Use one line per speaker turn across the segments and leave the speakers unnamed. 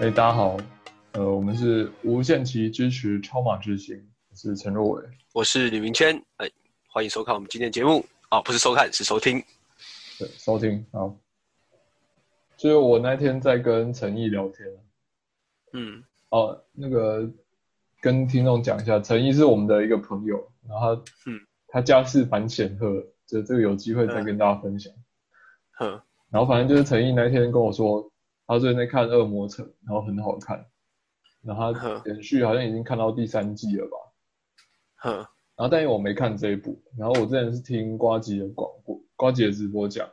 哎，大家好，呃，我们是无限期支持超马之星，我是陈若伟。
我是李明谦，哎，欢迎收看我们今天的节目啊，不是收看，是收听。
对，收听好。就是我那天在跟陈毅聊天，
嗯，
哦，那个跟听众讲一下，陈毅是我们的一个朋友，然后他，
嗯，
他家世蛮显赫，就这个有机会再跟大家分享。
呵，
然后反正就是陈毅那天跟我说，他最近在看《恶魔城》，然后很好看，然后他
呵
连续好像已经看到第三季了吧。
呵，
然后但因为我没看这一部，然后我之前是听瓜吉的广播，瓜吉的直播讲，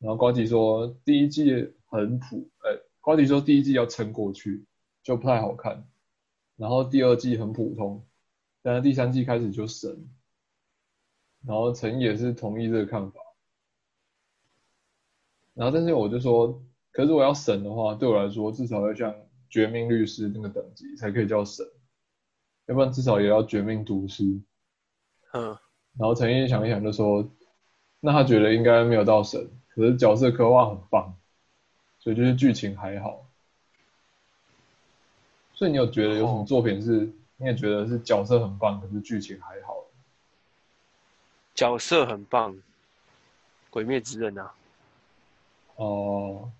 然后瓜吉说第一季很普，呃、瓜吉说第一季要撑过去就不太好看，然后第二季很普通，但是第三季开始就神，然后陈也是同意这个看法，然后但是我就说，可是我要神的话，对我来说至少要像《绝命律师》那个等级才可以叫神，要不然至少也要《绝命毒师》。
呵，
然后陈毅想一想就说，那他觉得应该没有到神，可是角色刻画很棒，所以就是剧情还好。所以你有觉得有什么作品是、你也觉得是角色很棒，可是剧情还好？
角色很棒，《鬼灭之刃》啊，
哦、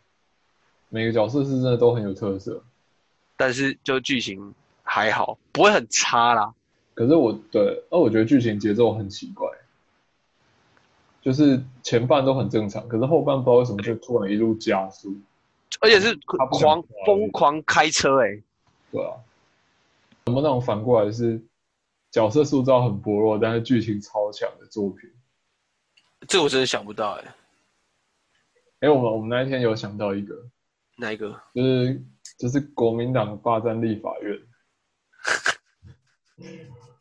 每个角色是真的都很有特色。
但是就剧情还好，不会很差啦。
可是我对，那我觉得剧情节奏很奇怪，就是前半都很正常，可是后半不知道为什么就突然一路加速，
而且是
嗯他不想
狂
玩
疯狂开车、欸，
对啊，怎么那种反过来是角色塑造很薄弱，但是剧情超强的作品？
这个我真的想不到、欸，哎，
哎，我们我们那一天有想到一个，
哪一个？
就是就是国民党霸占立法院，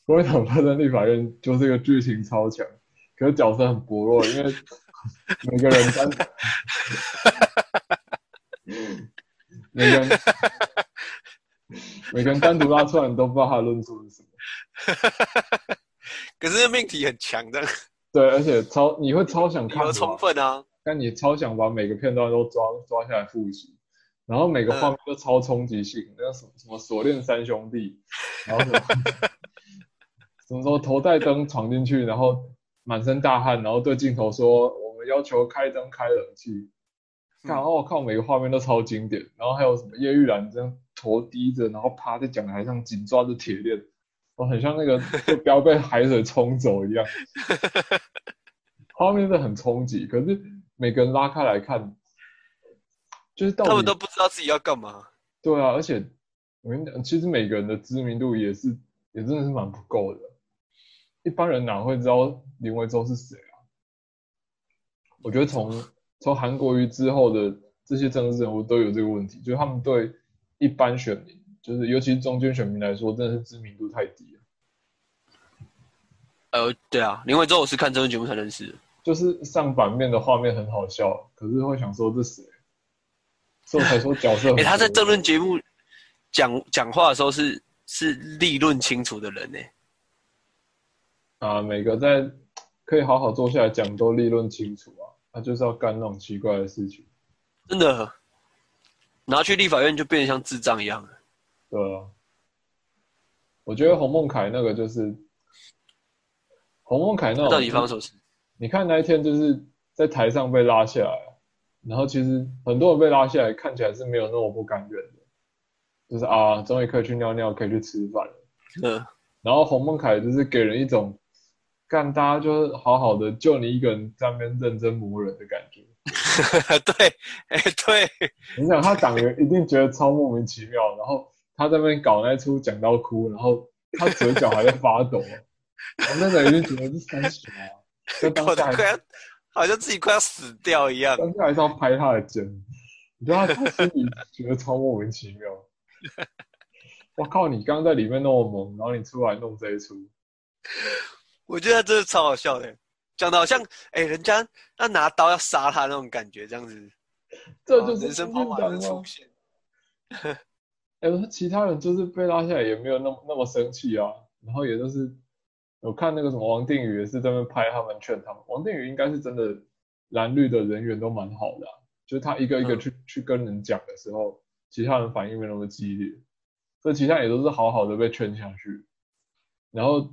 国民党霸占立法院就是一个剧情超强，可是角色很薄弱，因为每个人单，嗯每个人每个人单独拉出来，你都不知道他的论述是什么。
可是命题很强，这样
对，而且超你会超想
理
看
由
完，
充分啊。
但你超想把每个片段都抓抓下来复习，然后每
嗯
个画面都超冲击性，那个什么什么锁链三兄弟，然后 什么什么时候头戴灯闯进去，然后满身大汗，然后对镜头说我们要求开灯开冷气，
嗯
看我靠每个画面都超经典，然后还有什么叶玉兰这样头低着，然后趴在讲台上紧抓着铁链，我很像那个就不要被海水冲走一样，画面真的很冲击，可是每个人拉开来看，就是到底
他们都不知道自己要干嘛。
对啊，而且我跟你讲，其实每个人的知名度也是也真的是蛮不够的，一般人哪会知道林维洲是谁啊？我觉得从从韩国瑜之后的这些政治人物都有这个问题，就是他们对一般选民，就是尤其是中间选民来说，真的是知名度太低了。
呃，对啊，林伟洲我是看这份节目才认识的。
就是上版面的画面很好笑，可是会想说这谁？所以我才说角色很
哎、他在
多
政论节目讲讲话的时候是是立论清楚的人呢、
啊，每个在可以好好坐下来讲，都立论清楚啊，他就是要干那种奇怪的事情，
真的拿去立法院就变得像智障一样了。
对啊。我觉得洪孟凯那个就是洪孟凯那种，
到底发生什么事？
你看那一天就是在台上被拉下来，然后其实很多人被拉下来，看起来是没有那么不甘愿的，就是啊，终于可以去尿尿，可以去吃饭了。
嗯，
然后洪孟凯就是给人一种干大家就是好好的，就你一个人在那边认真磨人的感觉。
对，哎、对，
你想他党员一定觉得超莫名其妙，然后他在那边搞那一出讲到哭，然后他嘴角还在发抖，我那个人就觉得这三小啊，就当
搞
下
得
还
快要，好像自己快要死掉一样。
当下还是要拍他的肩，你知道他心里觉得超莫名其妙。我靠，你刚刚在里面那么猛，然后你出来弄这一出，
我觉得他真的超好笑的，讲的好像哎、人家要拿刀要杀他那种感觉，这样子。
这就
啊
是
人生
国民
跑马
党
的
啊
出！现。
哎，我说其他人就是被拉下来也没有那么那么生气啊，然后也就是有看那个什么王定宇也是在那边拍他们劝他们，王定宇应该是真的蓝绿的人缘都蛮好的啊、就是他一个一个去、去跟人讲的时候，其他人反应没那么激烈，所以其他也都是好好的被劝下去。然后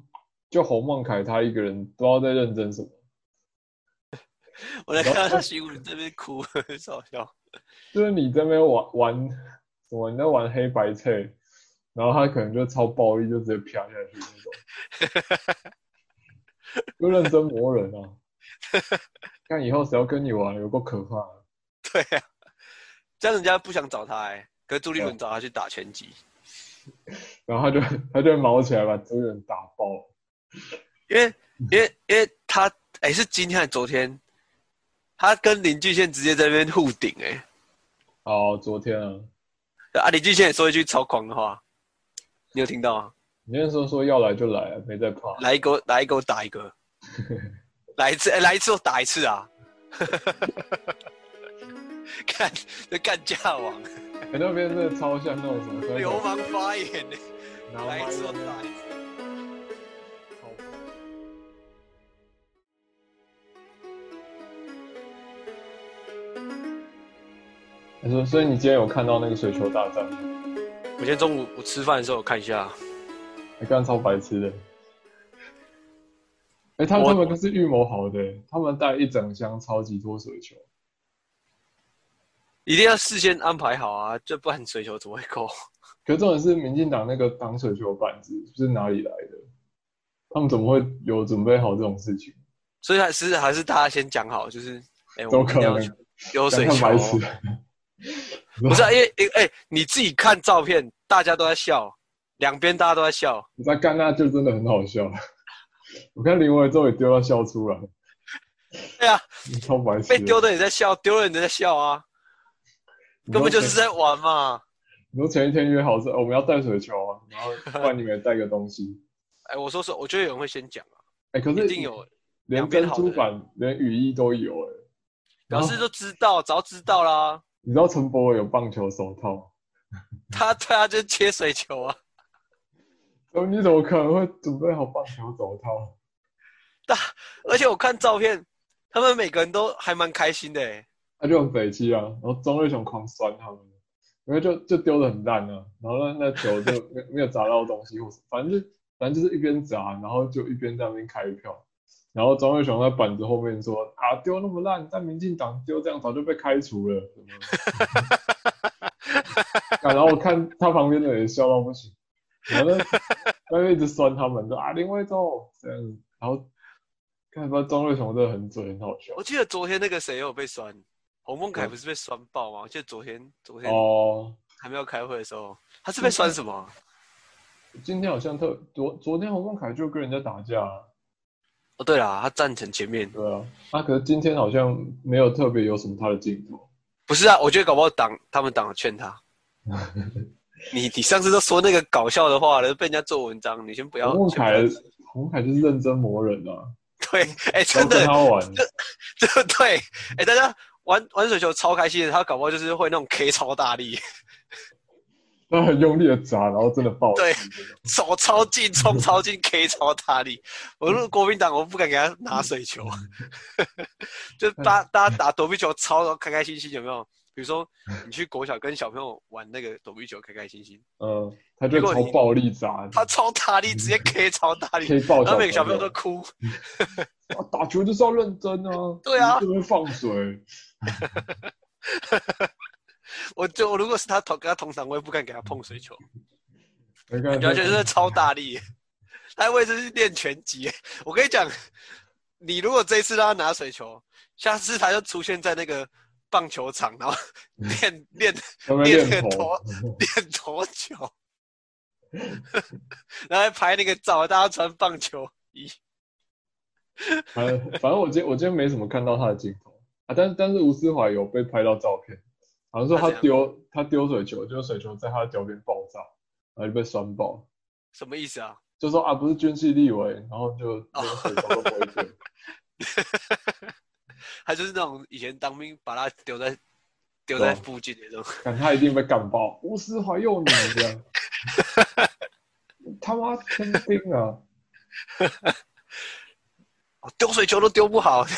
就洪孟凯他一个人不知道在认真什么，
我在看到他新闻这边哭， 很搞笑。
就是你在那边玩玩什么，你在玩黑白菜，然后他可能就超暴力，就直接啪下去那种，就认真磨人啊。看以后谁要跟你玩，有够可怕的。
对啊，这样人家不想找他哎、可是朱立伦找他去打拳击，
然后他就 他就毛起来把周人打爆。嗯
因为因为因为他哎、是今天还是昨天，他跟林俊宪直接在那边互顶哎、
哦，昨天啊，
啊林俊宪也说一句超狂的话，你有听到吗？
你那时候说要来就来，啊没在怕。
来一个来一个我打 一个，来一次、哎来一次我打一次啊， 干这干架王
哎、那边真的超像那种什么摔跤
流氓 发言呢、
拿
来
麦
一次我啊
那边
打一次。
超他说：“所以你今天有看到那个水球大战吗？
我今天中午我吃饭的时候我看一下，
你、刚超白痴的。哎、他们
我
他们都是预谋好的、欸他们带一整箱超级多水球。
一定要事先安排好啊，这不然水球怎么会够？
可是重点是，民进党那个挡水球板子是哪里来的？他们怎么会有准备好这种事情？
所以还是还是大家先讲好，就是哎、
怎么
我们一
可
定要
能
去有水
像
球
白
哦，
痴！
不是、啊、因为因为哎、你自己看照片，大家都在笑，两边大家都在笑，
你在干那就真的很好笑。我看林维洲也丢到笑出来，
对啊，
超白痴的。
被丢的也在笑，丢人的在笑啊，
你说
根本就是
前
在玩嘛。
你说前一天约好说、哦我们要带水球啊，然后不然你们也带个东西。
哎、我说说，我觉得有人会先讲啊，
哎、可是
一定有，
连
两边
珍
好的
珠板、连雨衣都有哎、然
表
后
示都知道，早知道啦，
你知道陈柏伟有棒球手套，
他他就切水球啊，
哦，你怎么可能会准备好棒球手套？
而且我看照片，他们每个人都还蛮开心的、欸，
他就很北气啊，然后庄瑞雄狂酸他们，因为就就丢的很烂啊，然后那那球就没没有砸到东西，或是反正就反正就是一边砸，然后就一边在那边开票，然后庄瑞雄在板子后面说啊丢那么烂，在民进党丢这样早就被开除了，什么的 啊然后我看他旁边的人笑到不行，然后呢他就一直酸他们，说啊林威洲这样子，然后看不知道庄瑞雄真的很嘴很好笑
我记得昨天那个谁有被酸，洪孟凯
嗯
不是被酸爆吗？我记得昨天昨天
哦。
还没有开会的时候，他是被酸什么？啊
今天好像特昨昨天洪孟凯就跟人家打架啊、
哦，对啦，他站成前面，
对啊，啊可是今天好像没有特别有什么他的镜头，
不是啊，我觉得搞不好党他们党劝他。你你上次都说那个搞笑的话了，被人家做文章，你先不要。
洪孟
先不要
凯洪孟凯就是认真磨人啊，
对，
不
哎、
要
真
跟
的，
他玩，
这 对，哎、大家玩玩水球超开心的，他搞不好就是会那种 K 超大力，
他很用力的砸，然后真的爆气
对
这种
手超近，冲超近，K 超大力。我如果国民党，我不敢给他拿水球， 就大大家打躲避球超开开心心，有没有？比如说你去国小跟小朋友玩那个躲避球，开开心心，
嗯，他就
结果
超
你
暴力砸，
他超大力，直接 K 超大力
可，以爆
然后
小
每个小
朋
朋友都哭。
啊打球就是要认真啊，
对啊
这边放水，
我就我如果是他同跟他同场，我也不敢给他碰水球，
你看
感觉就是超大力。他为这是练拳击，我跟你讲，你如果这一次让他拿水球，下次他就出现在那个棒球场，然后 练练
他们
练
练
很
头
多，练多久？ 然后还拍那个照，大家穿棒球衣，
反正 反正我今天我今天没什么看到他的镜头啊，但是但是吴思怀有被拍到照片，好像说他
他怎
丢他丢水球，就是水球在他的脚边爆炸，然后就被酸爆，
什么意思啊？
就说啊不是军系立委，然后就那个水球都不会丢，
他就是那种以前当兵把他丢在丢在
对啊
附近的那种，
感他一定被干爆。吴思怀又你这样，他妈天兵啊！
哦丢水球都丢不好。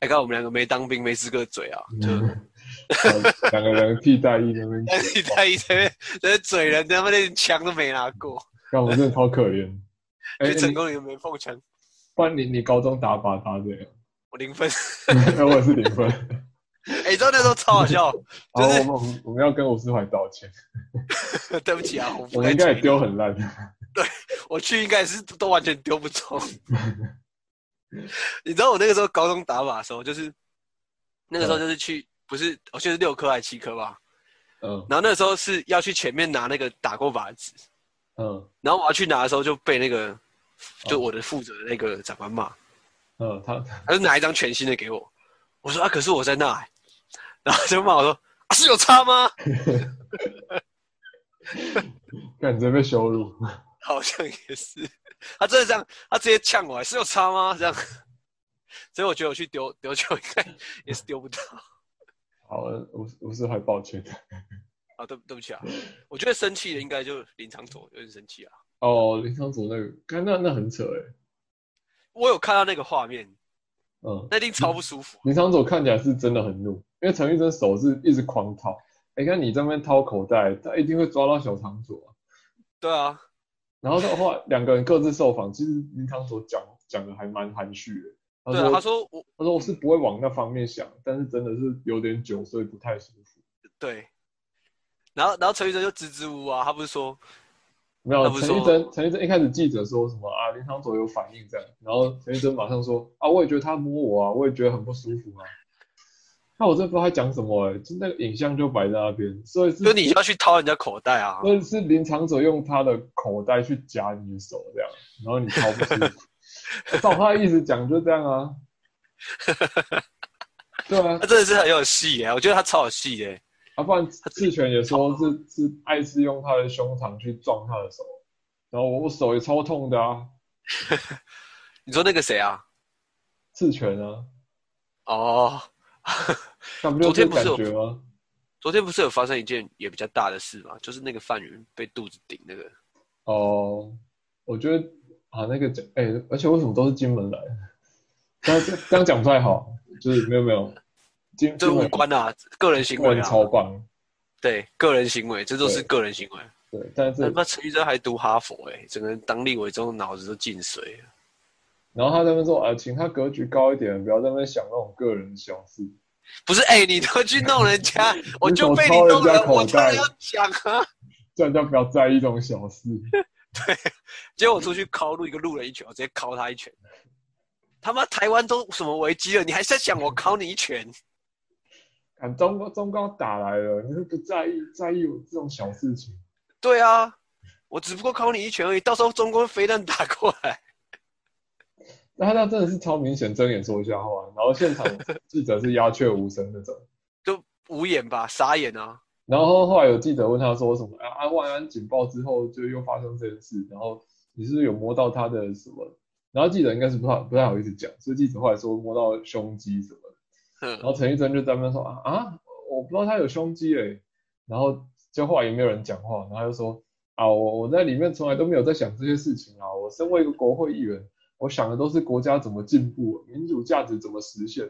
哎，刚好我们两个没当兵，没资格嘴啊，就哎
两个人替代役那边
但是你在一这边在嘴人，他们连枪都没拿过，
让我真的超可怜。哎、
就成
你
功也没碰枪，
不然你你高中打靶打这样，
我零分。
我也是零分。
哎、你知道那时候超好笑，
好，
就是
哦我们我们要跟吴思怀道歉，
对不起啊，我不
我
该
们应该也
追你，
丢很烂。
我去应该也是都完全丢不中。你知道我那个时候高中打靶的时候，就是那个时候就是去，不是我记得是六颗还是七颗吧，
嗯
然后那个时候是要去前面拿那个打过靶的纸，
嗯
然后我要去拿的时候就被那个就
哦
我的负责的那个长官骂，
嗯，他
他就拿一张全新的给我，我说啊，可是我在那欸、然后他就骂我说啊是有差吗？
感觉被羞辱。
好像也是，他真的这样，他直接呛我，欸是有差吗？这样，所以我觉得我去丢丢球应该也是丢不到。
好，吴吴思怀抱歉。
啊，对对不起啊，我觉得生气的应该就林长佐有点生气啊。
哦，林昌佐那个，看那那很扯哎、
我有看到那个画面，
嗯，
那一定超不舒服。
林昌佐看起来是真的很怒，因为陈玉珍手是一直狂掏。哎、看你这边掏口袋，他一定会抓到小长佐、啊。
对啊，
然后的话，两个人各自受访，其实林长佐讲讲的还蛮含蓄的。他
对
说：“
啊，
他
他说我
哦说我是不会往那方面想，但是真的是有点久，所以不太舒服。
对，然后然后陈玉珍就支支吾吾啊，他不是说”
没有
他，不是
陈玉
说
珍，陈玉珍一开始记者说什么啊，林长佐有反应这样，然后陈玉珍马上说啊，我也觉得他摸我啊，我也觉得很不舒服啊。那我真不知道他讲什么哎、就那个影像就摆在那边，所以是
就你就要去掏人家口袋啊，
所以是林长佐用他的口袋去夹你的手这样，然后你超不舒服。 照他的意思讲就这样啊。对啊
他，真的是很有戏耶、我觉得他超有戏耶、
啊不然志权也说是是艾斯用他的胸膛去撞他的手，然后我我手也超痛的啊，
你说那个谁啊？
志权啊，
哦，
那不就
昨
这
天
种
不
感
是有
觉吗？
昨天不是有发生一件也比较大的事嘛，就是那个范云被肚子顶那个，
哦，我觉得啊那个讲哎、而且为什么都是金门来的？这样这样讲不太好，就是没有没有，金
这
金
无
门
关啊，个人行
金
为
门
啊，
超棒。
对，个人行为，这都是
对
个人行为。
对，但
那
是
那陈玉珍还读哈佛、欸，整个人当立委之后脑子都进水了。
然后他在那边说，呃，请他格局高一点，不要在那边想那种个人的小事。
不是，哎、你都去弄人家，我就被你
你怎么抄人
弄
家，
了
口
我当
袋
然要讲啊。
叫人家不要在意这种小事。
结果我出去敲路一个路人一拳，我直接敲他一拳。他妈台湾都什么危机了，你还在想我敲你一拳？
看中高中高打来了，你是不在意在意我这种小事情？
对啊，我只不过敲你一拳而已，到时候中国飞弹打过来，
那他那真的是超明显睁眼说瞎话，然后现场记者是鸦雀无声那种。
就无眼吧，傻眼啊！
然后后来有记者问他说什么啊啊，万安警报之后就又发生这件事，然后你是不是有摸到他的什么？然后记者应该是不太不太好意思讲，所以记者后来说摸到胸肌什么的。然
哼，
后陈玉珍就在那边说啊啊，我不知道他有胸肌诶、然后就后来也没有人讲话，然后他就说啊，我我在里面从来都没有在想这些事情啊，我身为一个国会议员，我想的都是国家怎么进步，民主价值怎么实现。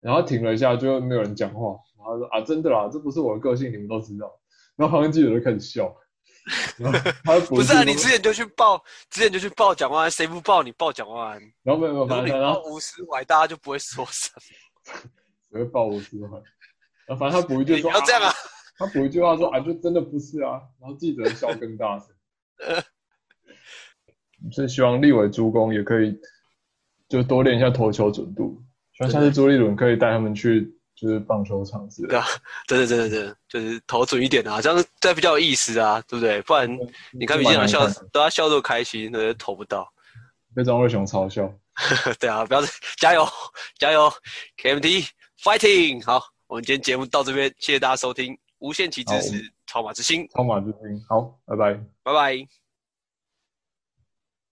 然后停了一下，就没有人讲话，然后他说啊，真的啦，这不是我的个性，你们都知道。然后旁边记者就开始笑，然后他就
不是啊，你之
己，
前就去报，之前就去报蒋万安，谁不报你报蒋万安？
然后没有没有，
如果
反
你
正然
报
后
吴思怀，大家就不会说什么。
只会爆我之后，然后反正他补一句
你不
说
要这样啊！
他补一句话说啊，就真的不是啊，然后记者笑更大 声。所以希望立委诸公也可以就多练一下投球准度，希望下次朱立伦可以带他们去就是棒球场之类
对
的
啊。真的真的真的，就是投准一点啊，这样这样比较有意思啊，对不对？不然你看民进党笑都要笑得开心，那就投不到。
被张瑞雄嘲笑。
对啊，不要再加油加油，KMT fighting！好，我们今天节目到这边，谢谢大家收听，无限期支
好
持，超马之星，
超马之星，好，拜拜。
拜拜。